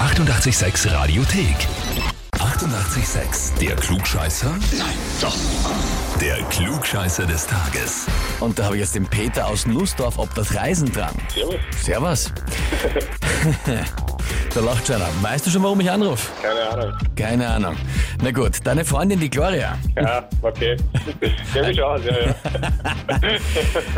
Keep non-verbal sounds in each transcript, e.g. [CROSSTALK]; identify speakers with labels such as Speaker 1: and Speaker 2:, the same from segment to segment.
Speaker 1: 886 Radiothek. 88,6. Der Klugscheißer? Nein, doch. Der Klugscheißer des Tages.
Speaker 2: Und da habe ich jetzt den Peter aus Nussdorf ob das Reisen dran.
Speaker 3: Servus.
Speaker 1: [LAUGHS]
Speaker 2: Servus. da lacht schon einer. Weißt du schon, warum ich anrufe?
Speaker 3: Keine Ahnung.
Speaker 2: Keine Ahnung. Na gut, deine Freundin, die Gloria,
Speaker 3: Ja, okay. Sehr mich aus, ja, ja.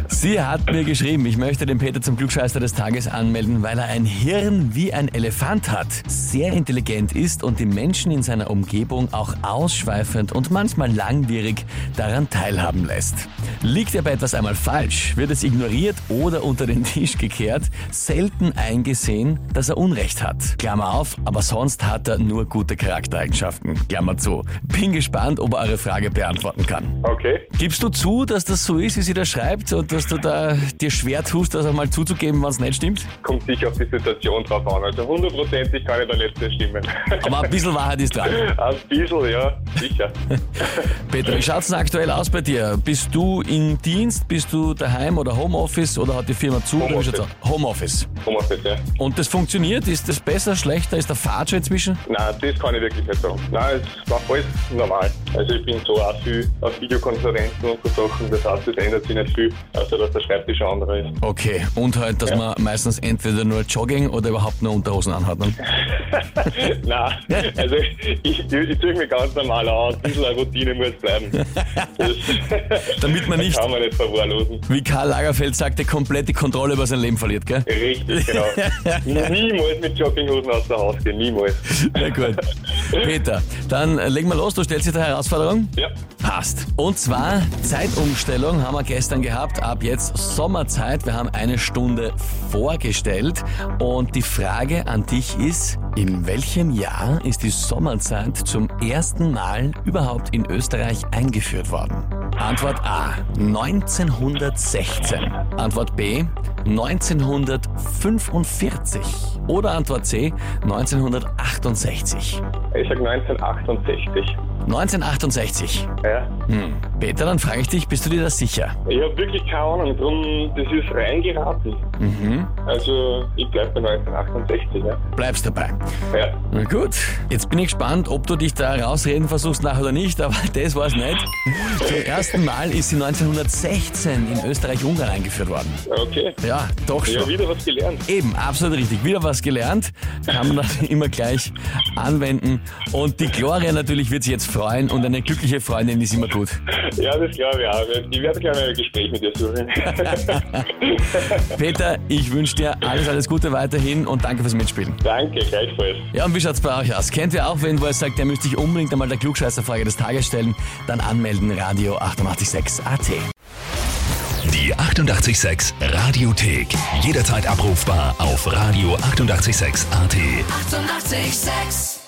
Speaker 2: sie hat mir geschrieben, ich möchte den Peter zum Glückscheißer des Tages anmelden, weil er ein Hirn wie ein Elefant hat, sehr intelligent ist und die Menschen in seiner Umgebung auch ausschweifend und manchmal langwierig daran teilhaben lässt. Liegt er bei etwas einmal falsch, wird es ignoriert oder unter den Tisch gekehrt, selten eingesehen, dass er Unrecht hat. Klammer auf, aber sonst hat er nur gute Charaktereigenschaften. Klammer zu. Bin gespannt, ob er eure Frage beantworten kann.
Speaker 3: Okay.
Speaker 2: Gibst du zu, dass das so ist, wie sie da schreibt und dass du da dir schwer tust, das einmal zuzugeben, wenn es nicht stimmt?
Speaker 3: Kommt sicher auf die Situation drauf an. Also hundertprozentig kann ich da nicht bestimmen.
Speaker 2: Aber ein bisschen Wahrheit ist dran.
Speaker 3: [LAUGHS] Ein bisschen, ja, sicher.
Speaker 2: Peter, wie schaut's denn aktuell aus bei dir? Bist du im Dienst, bist du daheim oder Homeoffice oder hat die Firma zu? Oder wie
Speaker 3: Homeoffice.
Speaker 2: schaut's aus? Homeoffice.
Speaker 3: Homeoffice, ja.
Speaker 2: Und das funktioniert? Ist das besser, schlechter? Ist der Fahrt schon inzwischen?
Speaker 3: Nein, das kann ich wirklich nicht sagen. Nein, es war alles normal. Also ich bin so auch viel auf Videokonferenzen und so Sachen. Das heißt, es ändert sich nicht viel, außer dass der Schreibtisch ein anderer ist. [LAUGHS]
Speaker 2: Okay, und halt, dass man meistens entweder nur Jogging oder überhaupt nur Unterhosen anhat. Ne?
Speaker 3: Nein, also ich, ich, ich ziehe mich ganz normal aus. Ein bisschen eine Routine muss
Speaker 2: [LAUGHS]
Speaker 3: bleiben. Das
Speaker 2: Damit man nicht,
Speaker 3: kann man nicht verwahrlosen.
Speaker 2: wie Karl Lagerfeld sagte, komplett die Kontrolle über sein Leben verliert, gell?
Speaker 3: Richtig, genau. Niemals mit Jogginghosen aus dem Haus gehen, niemals.
Speaker 2: [LAUGHS] Na gut. Peter, dann äh, legen wir los. Du stellst dir die Herausforderung?
Speaker 3: Ja,
Speaker 2: Passt. Und zwar Zeitumstellung haben wir gestern gehabt. Ab jetzt Sommerzeit. Wir haben eine Stunde vorgestellt. Und die Frage an dich ist, in welchem Jahr ist die Sommerzeit zum ersten Mal überhaupt in Österreich eingeführt worden? Antwort A 1916. Antwort B 1945. Oder Antwort C 1968.
Speaker 3: ich sag 1968.
Speaker 2: 1968.
Speaker 3: Ja.
Speaker 2: Hm. Peter, dann frage ich dich, bist du dir das sicher?
Speaker 3: Ich habe wirklich keine Ahnung, drum, das ist reingeraten.
Speaker 2: Mhm.
Speaker 3: Also, ich bleibe bei 1968, ja.
Speaker 2: Bleibst dabei.
Speaker 3: Ja,
Speaker 2: Na gut, jetzt bin ich gespannt, ob du dich da rausreden versuchst nach oder nicht, aber [LAUGHS] das war's nicht. Zum ersten Mal ist sie 1916 in Österreich-Ungarn eingeführt worden.
Speaker 3: okay.
Speaker 2: Ja, doch
Speaker 3: Ich habe
Speaker 2: schon.
Speaker 3: wieder was gelernt.
Speaker 2: Eben, absolut richtig. Wieder was gelernt, kann man [LAUGHS] dann immer gleich anwenden. Und die Gloria natürlich wird sich jetzt freuen und eine glückliche Freundin ist immer gut.
Speaker 3: Ja, das glaube ich auch. Ich werde gleich mal ein Gespräch mit dir suchen.
Speaker 2: Peter, ich wünsche dir alles, alles Gute weiterhin und danke fürs Mitspielen.
Speaker 3: [LAUGHS] Danke, gleichfalls.
Speaker 2: Ja, und wie schaut's bei euch aus? Kennt ihr auch wen, wo ihr sagt, der müsste sich unbedingt einmal der Klugscheißerfrage des Tages stellen? Dann anmelden, Radio 886 AT.
Speaker 1: Die 88,6 Radiothek. Jederzeit abrufbar auf radio886.at. 88,6.
Speaker 4: Eighty-eight, sex.